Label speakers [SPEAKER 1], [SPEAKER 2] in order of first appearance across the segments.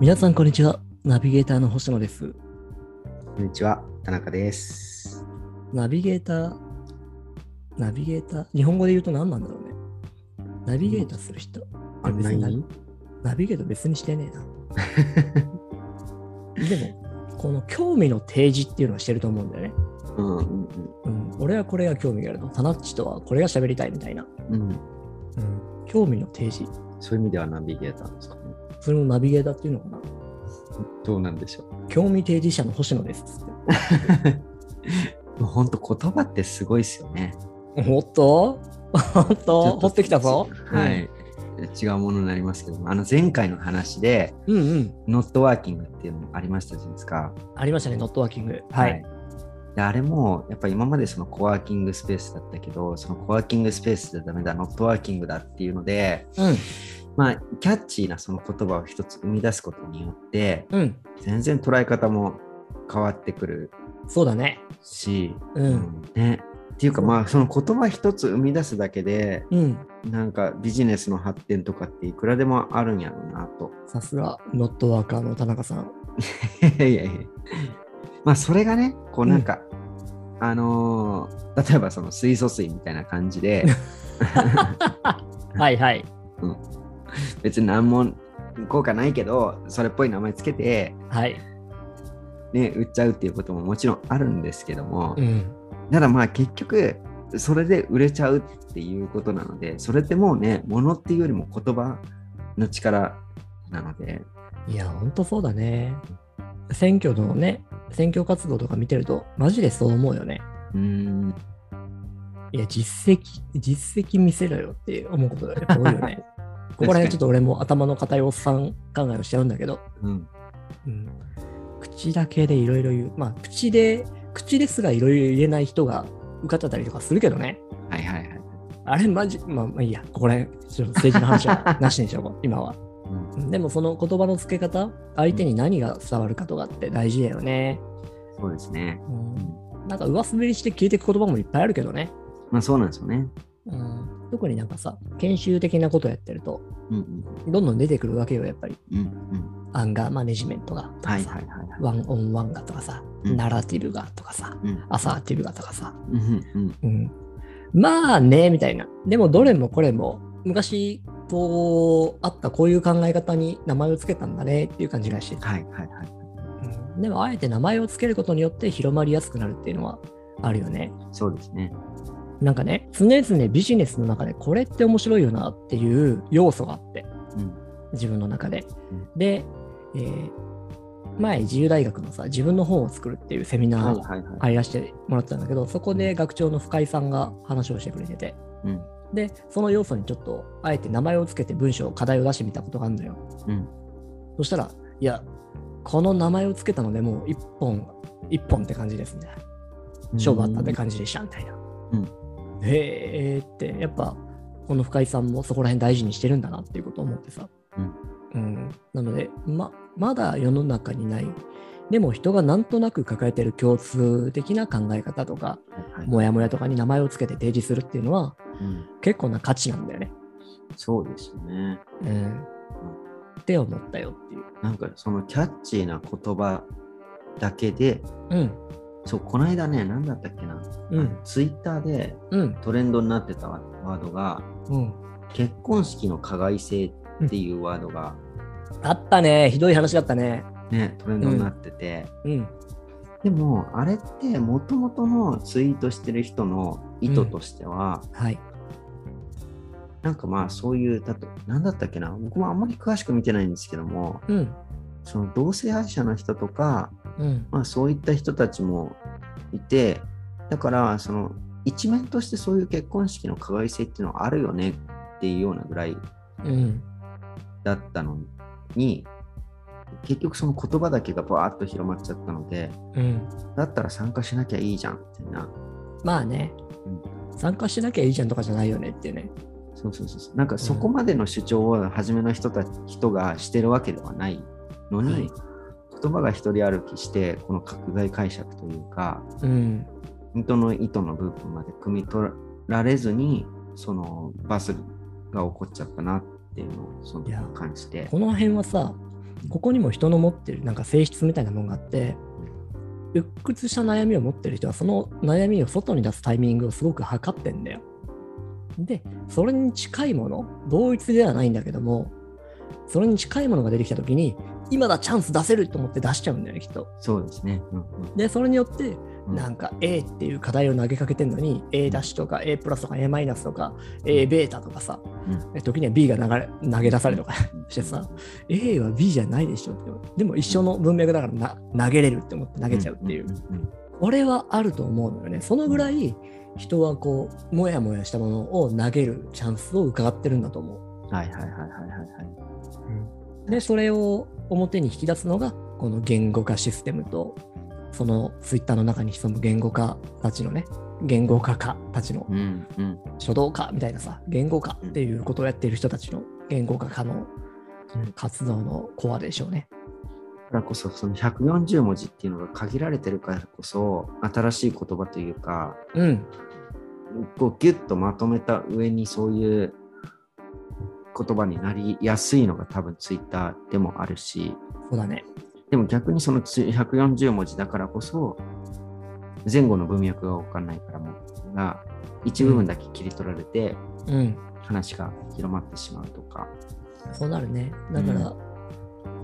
[SPEAKER 1] 皆さん、こんにちは。ナビゲーターの星野です。
[SPEAKER 2] こんにちは、田中です。
[SPEAKER 1] ナビゲーター、ナビゲーター、日本語で言うと何なんだろうね。ナビゲーターする人。
[SPEAKER 2] 案内人
[SPEAKER 1] ナビゲート別にしてね えな。でも、この興味の提示っていうのはしてると思うんだよね。
[SPEAKER 2] うんうん
[SPEAKER 1] うん、俺はこれが興味があるの。タナッチとはこれが喋りたいみたいな。
[SPEAKER 2] うん。うん。
[SPEAKER 1] うん、興味の提示。
[SPEAKER 2] そういう意味ではナビゲーターですかね。
[SPEAKER 1] それもナビゲーターっていうのかな。
[SPEAKER 2] どうなんでしょ
[SPEAKER 1] 興味提示者の星野ですっつって。
[SPEAKER 2] う。もうほんと言葉ってすごいですよね。
[SPEAKER 1] おっと おっ
[SPEAKER 2] ち
[SPEAKER 1] と
[SPEAKER 2] ょっと
[SPEAKER 1] 掘ってきたぞ。
[SPEAKER 2] はい。違うものになりますけども、あの前回の話で、
[SPEAKER 1] うん。うんうん。
[SPEAKER 2] ノットワーキングっていうのもありましたじゃないですか。
[SPEAKER 1] ありましたね、ノットワーキング。はい。
[SPEAKER 2] であれも、やっぱり今までそのコワーキングスペースだったけど、そのコワーキングスペースじゃダメだ、ノットワーキングだっていうので、まあ、キャッチーなその言葉を一つ生み出すことによって、
[SPEAKER 1] うん。うん。
[SPEAKER 2] 全然捉え方も変わってくる
[SPEAKER 1] そうだね。
[SPEAKER 2] し、
[SPEAKER 1] う。
[SPEAKER 2] うんんね、っていうかまあその言葉一つ生み出すだけで
[SPEAKER 1] うん。
[SPEAKER 2] なんかビジネスの発展とかっていくらでもあるんやろうなと。
[SPEAKER 1] さすが、ノットワーカーの田中さん。
[SPEAKER 2] いやいやいやまあそれがねこうなんか、あのー例えばその水素水みたいな感じ で
[SPEAKER 1] はいはい。
[SPEAKER 2] 別に何も効果ないけどそれっぽい名前つけて、
[SPEAKER 1] はい。
[SPEAKER 2] ね、売っちゃうっていうことももちろんあるんですけども。
[SPEAKER 1] うん。
[SPEAKER 2] ただまあ結局それで売れちゃうっていうことなのでそれってもうね物っていうよりも言葉の力なので
[SPEAKER 1] いや、ほんとそうだね。選挙のね、選挙活動とか見てると、マジでそう思うよね。
[SPEAKER 2] うーん
[SPEAKER 1] いや、実績、実績見せろよって思うことがやっぱ多いよ ね。ここら辺ちょっと俺も頭の固いおっさん考えをしちゃうんだけど、
[SPEAKER 2] うん
[SPEAKER 1] うん、口だけでいろいろ言う。まあ、口で、口ですらいろいろ言えない人が受かっちゃったりとかするけどね。
[SPEAKER 2] はいはいはい、
[SPEAKER 1] あれマジ、まあ、まあいいや、ここら辺、ちょっと政治の話はなしにしよ う、今は。
[SPEAKER 2] うん、
[SPEAKER 1] うんでもその言葉の付け方、相手に何が伝わるかとかって大事だよね。
[SPEAKER 2] そうですね
[SPEAKER 1] うん、なんか上滑りして聞いていく言葉もいっぱいあるけどね。
[SPEAKER 2] まあそうなんですよね
[SPEAKER 1] うん、特になんかさ、研修的なことやってると、
[SPEAKER 2] うん
[SPEAKER 1] どんどん出てくるわけよ、やっぱり。
[SPEAKER 2] うんうんうん
[SPEAKER 1] アンガーマネジメントがとか
[SPEAKER 2] はい
[SPEAKER 1] さ、
[SPEAKER 2] はいはいはい
[SPEAKER 1] ワンオンワンがとかさ、
[SPEAKER 2] うん
[SPEAKER 1] ナラティブがとかさ、
[SPEAKER 2] うん
[SPEAKER 1] アサーティブがとかさ、
[SPEAKER 2] うんうん
[SPEAKER 1] うん、まあね、みたいな。でもどれもこれも、昔、こう、あったこういう考え方に名前を付けたんだねっていう感じがして、
[SPEAKER 2] はいはいはい
[SPEAKER 1] うんでもあえて名前を付けることによって広まりやすくなるっていうのはあるよね。
[SPEAKER 2] そうですね
[SPEAKER 1] なんかね、常々ビジネスの中でこれって面白いよなっていう要素があって、
[SPEAKER 2] うん
[SPEAKER 1] 自分の中で
[SPEAKER 2] うん。
[SPEAKER 1] で、えー前、自由大学のさ、自分の本を作るっていうセミ
[SPEAKER 2] は
[SPEAKER 1] ナ
[SPEAKER 2] い
[SPEAKER 1] ー
[SPEAKER 2] はいはい
[SPEAKER 1] 入らせてもらったんだけど、そこで学長の深井さんが話をしてくれてて、
[SPEAKER 2] うん
[SPEAKER 1] で、その要素にちょっと、あえて名前をつけて文章、課題を出してみたことがあるのよ。
[SPEAKER 2] うん
[SPEAKER 1] そしたら、いや、この名前をつけたのでもう一本、一本って感じですね。勝負あったって感じでしたみたいな。
[SPEAKER 2] うん
[SPEAKER 1] へえって、やっぱこの深井さんもそこら辺大事にしてるんだなっていうことを思ってさ。
[SPEAKER 2] うん
[SPEAKER 1] うんなのでま、まだ世の中にない、でも人がなんとなく抱えてる共通的な考え方とか、
[SPEAKER 2] はいはい
[SPEAKER 1] モヤモヤとかに名前をつけて提示するっていうのは
[SPEAKER 2] うん
[SPEAKER 1] 結構な価値なんだよね。
[SPEAKER 2] そうですよね
[SPEAKER 1] うん、って思ったよっていう。
[SPEAKER 2] なんかそのキャッチーな言葉だけで
[SPEAKER 1] うん、
[SPEAKER 2] そうこの間ね何だったっけな
[SPEAKER 1] うん、
[SPEAKER 2] ツイッターで
[SPEAKER 1] うん、
[SPEAKER 2] トレンドになってたワードが
[SPEAKER 1] うん。
[SPEAKER 2] 結婚式の加害性っていうワードが、
[SPEAKER 1] あったね、ひどい話だったね。
[SPEAKER 2] ね、トレンドになってて、
[SPEAKER 1] うん、
[SPEAKER 2] でもあれってもともとのツイートしてる人の意図としては、
[SPEAKER 1] はい。
[SPEAKER 2] なんかまあそういうだと何だったっけな僕もあんまり詳しく見てないんですけども
[SPEAKER 1] うん、
[SPEAKER 2] その同性愛者の人とか、
[SPEAKER 1] うん、
[SPEAKER 2] まあ、そういった人たちもいてだからその一面としてそういう結婚式の加害性っていうのはあるよねっていうようなぐらい
[SPEAKER 1] うん。
[SPEAKER 2] だったのに結局その言葉だけがバーッと広まっちゃったので
[SPEAKER 1] うん
[SPEAKER 2] だったら参加しなきゃいいじゃんみたいな
[SPEAKER 1] まあね、参加しなきゃいいじゃんとかじゃないよねっていうね。
[SPEAKER 2] そうそうそうそうなんかそこまでの主張を初めの人た人がしてるわけではないのに、
[SPEAKER 1] はい
[SPEAKER 2] 言葉が一人歩きしてこの拡大解釈というか
[SPEAKER 1] うん。
[SPEAKER 2] 本当の意図の部分まで汲み取られずにそのバスが起こっちゃったなっっていうのをその時感じて。
[SPEAKER 1] この辺はさ、ここにも人の持ってるなんか性質みたいなものがあって、鬱屈した悩みを持ってる人は、その悩みを外に出すタイミングをすごく測ってんだよ。で、それに近いもの、同一ではないんだけども、それに近いものが出てきたときに、今だチャンス出せると思って出しちゃうんだよね、きっと。
[SPEAKER 2] そうですね。うん
[SPEAKER 1] で、それによって、
[SPEAKER 2] うん
[SPEAKER 1] なんか A っていう課題を投げかけてるのに A' ダッシュとか A プラスとか A マイナスとか A ベータとかさ、え時には B が流れ投げ出されるとかしてさ A は B じゃないでしょってでも一緒の文脈だからな投げれるって思って投げちゃうっていう、
[SPEAKER 2] んんん
[SPEAKER 1] これはあると思うのよねそのぐらい人はこうモヤモヤしたものを投げるチャンスを伺ってるんだと思
[SPEAKER 2] うんはいはいはいはいはいは
[SPEAKER 1] うでそれを表に引き出すのがこの言語化システムとそのツイッターの中に潜む言語化たちのね言語化家たちの
[SPEAKER 2] い。うんうん
[SPEAKER 1] 書道家みたいなさ言語化っていうことをやっている人たちの言語化家の
[SPEAKER 2] うん
[SPEAKER 1] 活動のコアでしょうね。
[SPEAKER 2] だからこそその140文字っていうのが限られてるからこそ新しい言葉というか
[SPEAKER 1] うん、
[SPEAKER 2] こうギュッとまとめた上にそういう言葉になりやすいのが多分ツイッターでもあるし
[SPEAKER 1] そうだね。
[SPEAKER 2] でも逆にそのつ140文字だからこそ前後の文脈が分かんないからもが一部分だけ切り取られて
[SPEAKER 1] うん、
[SPEAKER 2] 話が広まってしまうとか、
[SPEAKER 1] そうなるね。だから、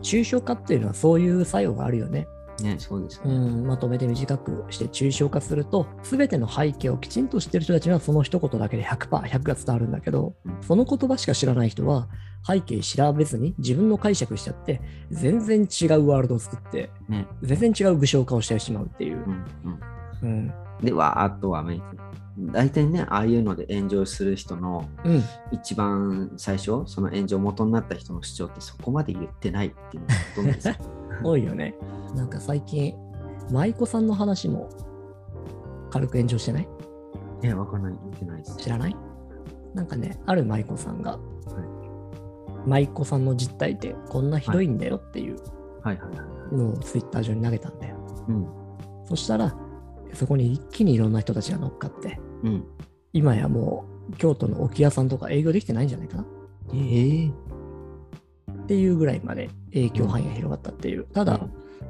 [SPEAKER 1] 抽象化っていうのはそういう作用があるよね。
[SPEAKER 2] ねそうですよ
[SPEAKER 1] う
[SPEAKER 2] ね、
[SPEAKER 1] ん、まとめて短くして抽象化すると、すべての背景をきちんと知ってる人たちにはその一言だけで100%、100が伝わるんだけど
[SPEAKER 2] う、ん
[SPEAKER 1] その言葉しか知らない人は、背景調べずに自分の解釈しちゃって、全然違うワールドを作って、
[SPEAKER 2] ね
[SPEAKER 1] 全然違う具象化をしてしまうっていう
[SPEAKER 2] う。んうん、
[SPEAKER 1] うん、
[SPEAKER 2] でわーっとはめいて大体ねああいうので炎上する人の
[SPEAKER 1] うん、
[SPEAKER 2] 一番最初その炎上元になった人の主張ってそこまで言ってないっていうのがほとんどですよ
[SPEAKER 1] 多いよね。なんか最近、舞妓さんの話も軽く炎上してない
[SPEAKER 2] ねわかんない言ってないです
[SPEAKER 1] 知らないなんかね、ある舞妓さんが、舞妓さんの実態ってこんなひどいんだよっていう
[SPEAKER 2] はいはいはいはい
[SPEAKER 1] のをツイッター上に投げたんだよ。
[SPEAKER 2] うん
[SPEAKER 1] そしたら、そこに一気にいろんな人たちが乗っかって、
[SPEAKER 2] うん
[SPEAKER 1] 今やもう京都の置屋さんとか営業できてないんじゃないかな
[SPEAKER 2] えー、
[SPEAKER 1] っていうぐらいまで影響範囲が広がったっていう。ただ、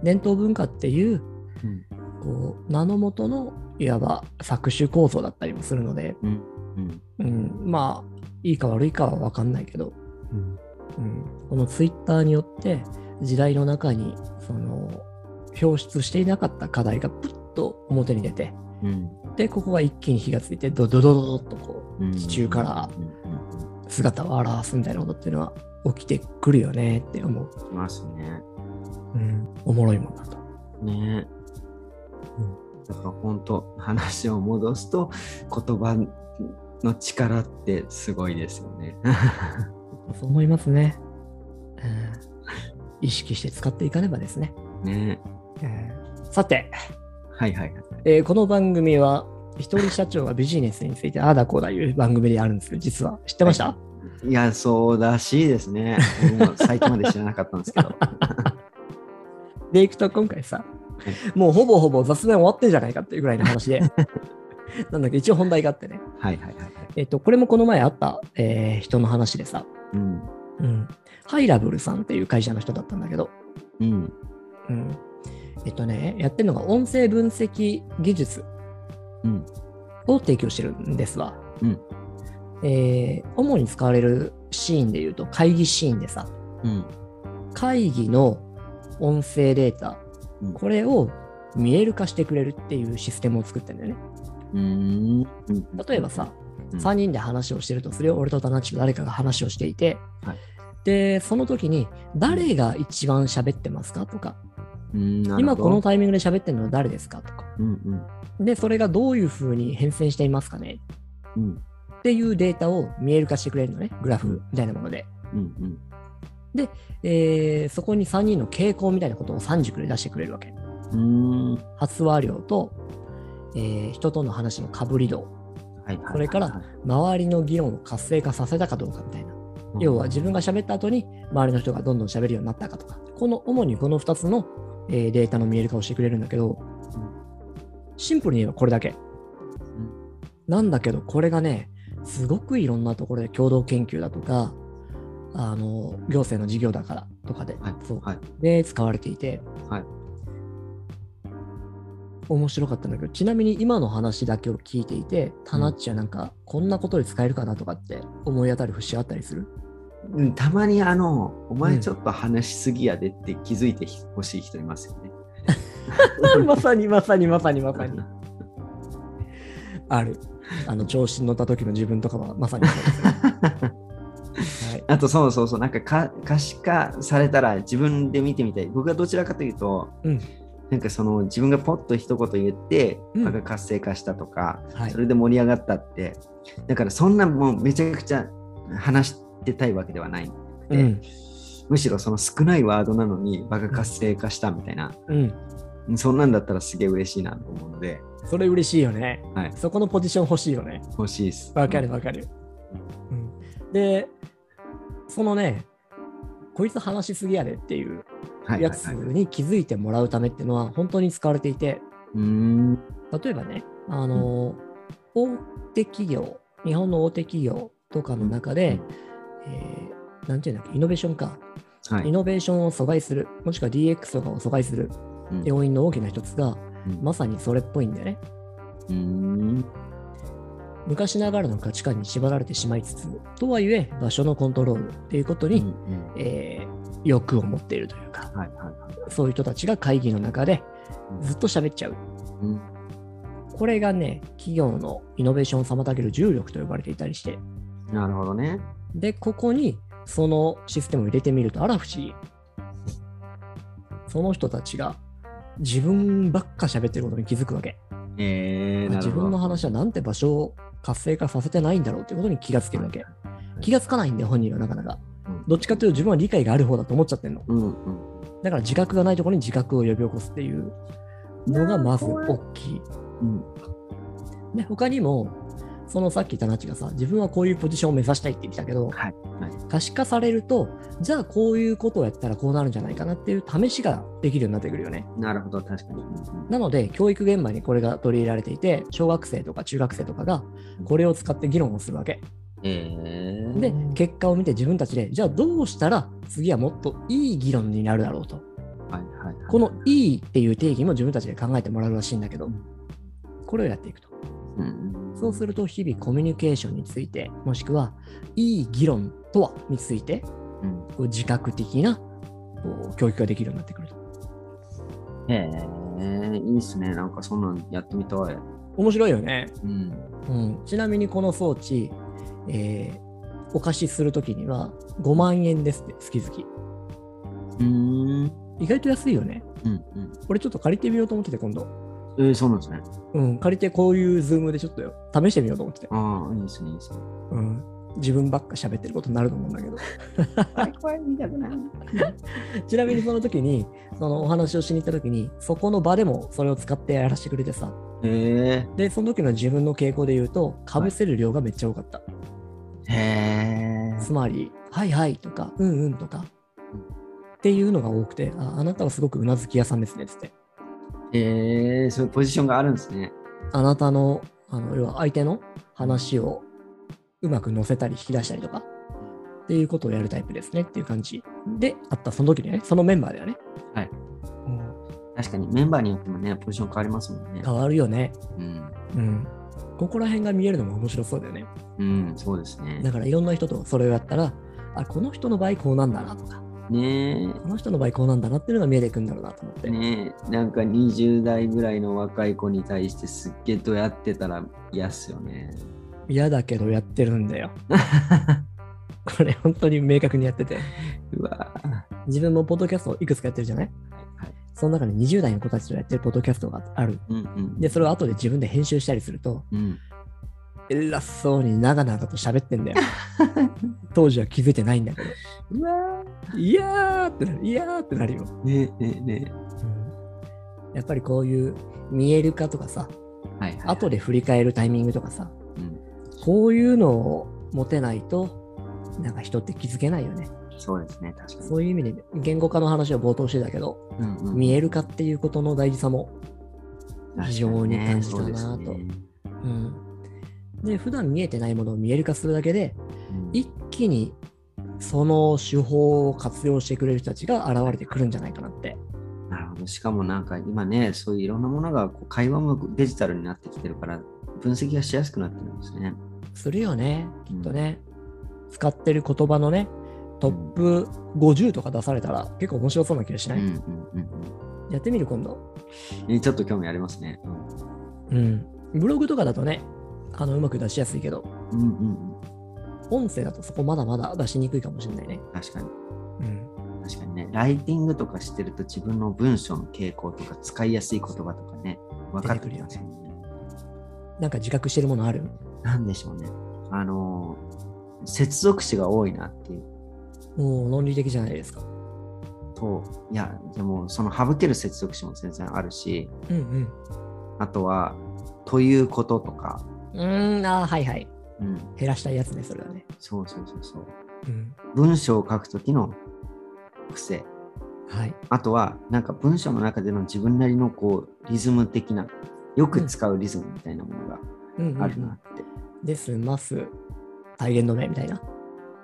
[SPEAKER 1] 伝統文化っていう
[SPEAKER 2] うん
[SPEAKER 1] こう名の元のいわば搾取構造だったりもするので、
[SPEAKER 2] うんうん
[SPEAKER 1] うん、まあいいか悪いかは分かんないけど、
[SPEAKER 2] うん
[SPEAKER 1] うん、このツイッターによって時代の中にその表出していなかった課題がプッと表に出て
[SPEAKER 2] うん
[SPEAKER 1] でここが一気に火がついてドドドドドッとこ
[SPEAKER 2] うん
[SPEAKER 1] 地中から
[SPEAKER 2] うんうん
[SPEAKER 1] う姿を現すみたいなことっていうのは起きてくるよねって思う、
[SPEAKER 2] うん、いますね。
[SPEAKER 1] うん、おもろいもんだと。
[SPEAKER 2] ね、だから本当話を戻すと言葉の力ってすごいですよね。
[SPEAKER 1] そう思いますね、うん、意識して使っていかねばですね。
[SPEAKER 2] ね
[SPEAKER 1] うんさて、
[SPEAKER 2] はいはいはい。
[SPEAKER 1] えーこの番組は一人社長がビジネスについてああだこうだいう番組であるんですけど実は知ってました、
[SPEAKER 2] いやそうらしいですね。僕も最近まで知らなかったんで すけど。
[SPEAKER 1] でいくと今回さもうほぼほぼ雑談終わってんじゃないかっていうぐらいの話 でなんだけど一応本題があってね、
[SPEAKER 2] はいはいはいはい。
[SPEAKER 1] えっとこれもこの前あった、えー人の話でさ、
[SPEAKER 2] うん
[SPEAKER 1] うん、ハイラブルさんっていう会社の人だったんだけど、
[SPEAKER 2] うん
[SPEAKER 1] うん、えっとねやってるのが音声分析技術
[SPEAKER 2] うん
[SPEAKER 1] を提供してるんですわ。
[SPEAKER 2] うん
[SPEAKER 1] えー主に使われるシーンでいうと会議シーンでさ
[SPEAKER 2] うん
[SPEAKER 1] 会議の音声データ、
[SPEAKER 2] うん
[SPEAKER 1] これを見える化してくれるっていうシステムを作ってんだよね。
[SPEAKER 2] うんうん
[SPEAKER 1] 例えばさ、
[SPEAKER 2] うん
[SPEAKER 1] 3人で話をしてるとそれを俺と田中と誰かが話をしていて、
[SPEAKER 2] はい
[SPEAKER 1] でその時に誰が一番喋ってますかとか
[SPEAKER 2] うんなるほ
[SPEAKER 1] 今
[SPEAKER 2] ど
[SPEAKER 1] このタイミングで喋ってるのは誰ですかとか
[SPEAKER 2] うんうん
[SPEAKER 1] でそれがどういうふうに変遷していますかね
[SPEAKER 2] うん
[SPEAKER 1] っていうデータを見える化してくれるのね、グラフみたいなもので。
[SPEAKER 2] うんうん
[SPEAKER 1] えーそこに3人の傾向みたいなことを3軸で出してくれるわけ。
[SPEAKER 2] うん
[SPEAKER 1] 発話量と、えー人との話のかぶり度、
[SPEAKER 2] はいはいはい
[SPEAKER 1] それから周りの議論を活性化させたかどうかみたいな。要は自分が喋った後に周りの人がどんどん喋るようになったかとか、この主にこの2つの、えーデータの見える化をしてくれるんだけど、シンプルに言えばこれだけ。なんだけど、これがね、すごくいろんなところで共同研究だとか、あの行政の事業だからとかで、
[SPEAKER 2] はい
[SPEAKER 1] そう
[SPEAKER 2] はい
[SPEAKER 1] で使われていて、
[SPEAKER 2] はい
[SPEAKER 1] 面白かったんだけどちなみに今の話だけを聞いていてタナッチはなんかこんなことに使えるかなとかって思い当たる節あったりする
[SPEAKER 2] うんたまにあの「
[SPEAKER 1] う
[SPEAKER 2] お前
[SPEAKER 1] ん
[SPEAKER 2] ちょっと話しすぎやで」って気づいてほしい人いますよね。
[SPEAKER 1] まさにまさにまさにまさに あるあの調子に乗った時の自分とかはまさにそうです、はい、
[SPEAKER 2] あとそうそうそうなんかか可視化されたら自分で見てみたい僕はどちらかというと、
[SPEAKER 1] うん
[SPEAKER 2] なんかその自分がポッと一言言って
[SPEAKER 1] うん
[SPEAKER 2] 場が活性化したとか、
[SPEAKER 1] はい
[SPEAKER 2] それで盛り上がったってだからそんなもうめちゃくちゃ話してたいわけではない
[SPEAKER 1] うん
[SPEAKER 2] むしろその少ないワードなのに場が活性化したみたいな、
[SPEAKER 1] うん
[SPEAKER 2] そんなんだったらすげえ嬉しいなと思うので、
[SPEAKER 1] それ嬉しいよね
[SPEAKER 2] はい、
[SPEAKER 1] そこのポジション欲しいよね
[SPEAKER 2] 欲しいです。
[SPEAKER 1] わかるわかる、うん、でそのねこいつ話しすぎやでっていう
[SPEAKER 2] はい
[SPEAKER 1] や
[SPEAKER 2] はい
[SPEAKER 1] つ
[SPEAKER 2] はい、う
[SPEAKER 1] に気づいてもらうためっていうのは本当に使われていて
[SPEAKER 2] ーん
[SPEAKER 1] 例えばねあの、大手企業日本の大手企業とかの中で、えーなんていうんだっけイノベーションか、
[SPEAKER 2] は
[SPEAKER 1] イ
[SPEAKER 2] い。
[SPEAKER 1] ノベーションを阻害するもしくは DX とかを阻害する
[SPEAKER 2] うん
[SPEAKER 1] 要因の大きな一つが
[SPEAKER 2] うん
[SPEAKER 1] まさにそれっぽいんだよね
[SPEAKER 2] うーん
[SPEAKER 1] 昔ながらの価値観に縛られてしまいつつとはいえ場所のコントロールっていうことに、
[SPEAKER 2] うんうん
[SPEAKER 1] えー欲を持っているというか
[SPEAKER 2] はいはいはい
[SPEAKER 1] そういう人たちが会議の中でずっと喋っちゃう
[SPEAKER 2] うん
[SPEAKER 1] これがね、企業のイノベーションを妨げる重力と呼ばれていたりして、
[SPEAKER 2] なるほどね。
[SPEAKER 1] で、ここにそのシステムを入れてみると、あら不思議。その人たちが自分ばっか喋ってることに気づくわけ。
[SPEAKER 2] え
[SPEAKER 1] あ
[SPEAKER 2] ー、な
[SPEAKER 1] 自
[SPEAKER 2] るほど
[SPEAKER 1] 分の話はなんて場所を活性化させてないんだろうってことに気がつけるわけ。気がつかないんだよ、本人はなかなか。
[SPEAKER 2] うん
[SPEAKER 1] どっちかというと自分は理解がある方だと思っちゃってるの。
[SPEAKER 2] うんうん
[SPEAKER 1] だから自覚がないところに自覚を呼び起こすっていうのがまず大きい。
[SPEAKER 2] うん
[SPEAKER 1] で他にもそのさっき田ちがさ自分はこういうポジションを目指したいって言ってたけど、
[SPEAKER 2] はいはい
[SPEAKER 1] 可視化されるとじゃあこういうことをやったらこうなるんじゃないかなっていう試しができるようになってくるよね
[SPEAKER 2] なるほど、確かに。うん
[SPEAKER 1] なので教育現場にこれが取り入れられていて小学生とか中学生とかがこれを使って議論をするわけ
[SPEAKER 2] えー、
[SPEAKER 1] で結果を見て自分たちでじゃあどうしたら次はもっといい議論になるだろうと
[SPEAKER 2] はいはいはい、
[SPEAKER 1] この「いい」っていう定義も自分たちで考えてもらうらしいんだけどこれをやっていくと
[SPEAKER 2] うん、
[SPEAKER 1] そうすると日々コミュニケーションについてもしくはいい議論とはについて
[SPEAKER 2] うん。
[SPEAKER 1] こう自覚的なこう教育ができるようになってくると
[SPEAKER 2] えー、いいっすね。なんかそんなんやってみたい。
[SPEAKER 1] 面白いよね、
[SPEAKER 2] うん。
[SPEAKER 1] うん、ちなみにこの装置、えーお貸しするときには5万円ですって月々
[SPEAKER 2] うん。
[SPEAKER 1] 意外と安いよね
[SPEAKER 2] うんうん。
[SPEAKER 1] 俺ちょっと借りてみようと思ってて今度
[SPEAKER 2] えー、そうなんですね。
[SPEAKER 1] うん借りてこういうズームでちょっとよ試してみようと思ってて、
[SPEAKER 2] ああ、いいですね、いいですね。
[SPEAKER 1] うん、自分ばっか喋ってることになると思うんだけど
[SPEAKER 2] これ見たくない。
[SPEAKER 1] ちなみにその時に、そのお話をしに行った時に、そこの場でもそれを使ってやらせてくれてさ、
[SPEAKER 2] へ
[SPEAKER 1] で、その時の自分の傾向で言うと、かぶせる量がめっちゃ多かった。
[SPEAKER 2] え。へ
[SPEAKER 1] つまり、はいはいとか、うんうんとか、
[SPEAKER 2] うん
[SPEAKER 1] っていうのが多くて、ああなたはすごくうなずき屋さんですねっつって、
[SPEAKER 2] え。へえ、そういうポジションがあるんですね。
[SPEAKER 1] あなたの、あの要は相手の話をうまく乗せたり引き出したりとか、っていうことをやるタイプですねっていう感じであった、その時にね、そのメンバーだよね。
[SPEAKER 2] はい
[SPEAKER 1] うん。
[SPEAKER 2] 確かにメンバーによってもね、ポジション変わりますもんね。
[SPEAKER 1] 変わるよね。
[SPEAKER 2] うん。
[SPEAKER 1] うん、ここら辺が見えるのも面白そうだよね。
[SPEAKER 2] うん、そうですね
[SPEAKER 1] だ。からいろんな人とそれをやったら、あ、この人の場合こうなんだなとか、
[SPEAKER 2] ね
[SPEAKER 1] この人の場合こうなんだなっていうのが見えてくるんだろうなと思って。
[SPEAKER 2] え。ねえなんか20代ぐらいの若い子に対してすっげえどやってたら嫌っすよね。
[SPEAKER 1] 嫌だけどやってるんだよ。これ本当に明確にやってて。
[SPEAKER 2] うわぁ。は
[SPEAKER 1] 自分もポッドキャストをいくつかやってるじゃない
[SPEAKER 2] いはい。
[SPEAKER 1] その中で20代の子たちとやってるポッドキャストがある。
[SPEAKER 2] うんうん。
[SPEAKER 1] で、それを後で自分で編集したりすると、
[SPEAKER 2] うん。
[SPEAKER 1] 偉そうに長々と喋ってんだ よ。当時は気づいてないんだけ
[SPEAKER 2] うわ
[SPEAKER 1] ど。いやーってなる。いやーってなるよ。
[SPEAKER 2] ぁ。ねえねえね
[SPEAKER 1] やっぱりこういう見える化とかさ、
[SPEAKER 2] え。はいはい、はい。
[SPEAKER 1] 後で振り返るタイミングとかさ、
[SPEAKER 2] うん、
[SPEAKER 1] こういうのを持てないと、なんか人って気づけないよね。
[SPEAKER 2] そうですね、確かに。
[SPEAKER 1] そういう意味で、言語化の話を冒頭してたけど、
[SPEAKER 2] うんうん
[SPEAKER 1] 見える化っていうことの大事さも、非常に感じたなぁと
[SPEAKER 2] 確かにねそうですね
[SPEAKER 1] うん。で、普段見えてないものを見える化するだけで、
[SPEAKER 2] うん
[SPEAKER 1] 一気にその手法を活用してくれる人たちが現れてくるんじゃないかなって。
[SPEAKER 2] なるほど。しかもなんか今ね、そういういろんなものがこう会話もデジタルになってきてるから、分析がしやすくなってるんですね。
[SPEAKER 1] するよね、きっと
[SPEAKER 2] うん。
[SPEAKER 1] ね。使ってる言葉のね、トップ50とか出されたら結構面白そうな気がし
[SPEAKER 2] う
[SPEAKER 1] なんい、
[SPEAKER 2] うんうん
[SPEAKER 1] やってみる今度。
[SPEAKER 2] うん。えちょっと興味ありますね。うん
[SPEAKER 1] うん。ブログとかだとね、あのうまく出しやすいけど、
[SPEAKER 2] うんうんうん。
[SPEAKER 1] 音声だとそこまだまだ出しにくいかもしれないね。
[SPEAKER 2] 確かに。
[SPEAKER 1] うん。
[SPEAKER 2] 確かにね。ライティングとかしてると自分の文章の傾向とか使いやすい言葉とかね、分かってきますよね。
[SPEAKER 1] なんか自覚してるものある
[SPEAKER 2] なんでしょうね。あのー、接続詞が多いなっていう
[SPEAKER 1] もう論理的じゃないですか。
[SPEAKER 2] と、いや、でもその省ける接続詞も全然あるし、
[SPEAKER 1] うん
[SPEAKER 2] あとは、ということとか、
[SPEAKER 1] うん。うーん、ああ、はいはい。
[SPEAKER 2] うん、
[SPEAKER 1] 減らしたいやつね、それはね。
[SPEAKER 2] そうそうそうそう。
[SPEAKER 1] うん。
[SPEAKER 2] 文章を書くときの癖。
[SPEAKER 1] はい。
[SPEAKER 2] あとは、なんか文章の中での自分なりのこう、リズム的な、よく使うリズムみたいなものが
[SPEAKER 1] うんうんうん
[SPEAKER 2] あるなって。
[SPEAKER 1] ですます体現止めみたいな。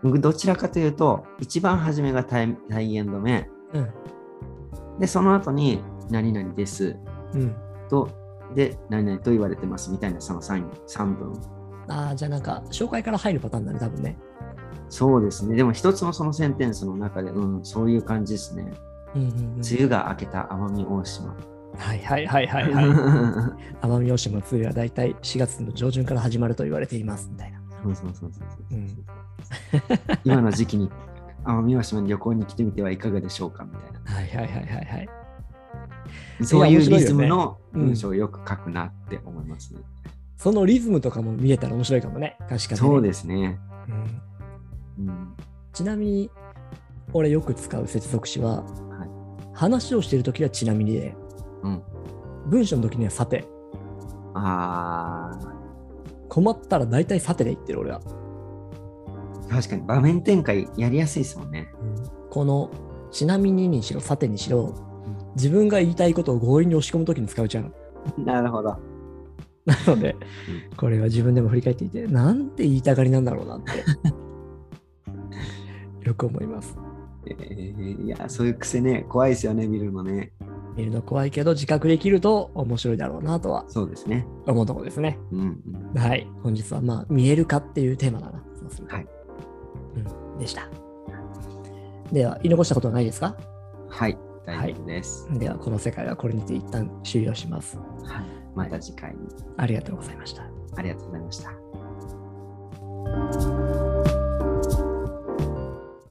[SPEAKER 2] 僕、どちらかというと、一番初めが体体言止め、
[SPEAKER 1] うん。
[SPEAKER 2] で、その後に、何々です
[SPEAKER 1] うん。
[SPEAKER 2] と、で、何々と言われてますみたいな、その 3, 三文。
[SPEAKER 1] ああ、じゃあなんか、紹介から入るパターンだね、多分ね。
[SPEAKER 2] そうですね。でも、一つのそのセンテンスの中で、うん、そういう感じですね。
[SPEAKER 1] うんうんうん
[SPEAKER 2] 梅雨が明けた奄美大島。
[SPEAKER 1] はいはいはいはいはい。 奄美大島の梅雨は大体4月の上旬から始まると言われています、みたいな。
[SPEAKER 2] そうそうそうそうそう
[SPEAKER 1] う
[SPEAKER 2] そう
[SPEAKER 1] ん
[SPEAKER 2] 今の時期に奄美大島に旅行に来てみてはいかがでしょうかみたいな。
[SPEAKER 1] はいはいはいはいはい。
[SPEAKER 2] そういうリズム
[SPEAKER 1] 面
[SPEAKER 2] の
[SPEAKER 1] うん
[SPEAKER 2] 文章をよく書くなって思いますね。
[SPEAKER 1] そのリズムとかも見えたら面白いかもね、確かにね、
[SPEAKER 2] そうですね。
[SPEAKER 1] うん
[SPEAKER 2] うん、
[SPEAKER 1] ちなみに、俺よく使う接続詞は、
[SPEAKER 2] はい
[SPEAKER 1] 話をしてるときはちなみにで、
[SPEAKER 2] うん
[SPEAKER 1] 文章のときにはさて、
[SPEAKER 2] あ
[SPEAKER 1] 困ったら大体さてで言ってる俺は。
[SPEAKER 2] ー確かに場面展開やりやすいですもんね。
[SPEAKER 1] この、ちなみににしろ、さてにしろ、自分が言いたいことを強引に押し込むときに使うじゃん。
[SPEAKER 2] なるほど。
[SPEAKER 1] なので、これは自分でも振り返っていて、なんて言いたがりなんだろうなって、よく思います。
[SPEAKER 2] えーいや、そういう癖ね、怖いですよね、見るのね。
[SPEAKER 1] 見るの怖いけど、自覚できると面白いだろうなとは
[SPEAKER 2] そうですね。
[SPEAKER 1] 思うところですね。
[SPEAKER 2] うん、うん。
[SPEAKER 1] はい。本日はまあ、見えるかっていうテーマだな。そうすると
[SPEAKER 2] はい。
[SPEAKER 1] うん。でした。では、言い残したことはないですか
[SPEAKER 2] はい、大丈夫です。
[SPEAKER 1] では、この世界はこれにて一旦終了します。
[SPEAKER 2] はい、また次回に。
[SPEAKER 1] ありがとうございました。
[SPEAKER 2] ありがとうございました。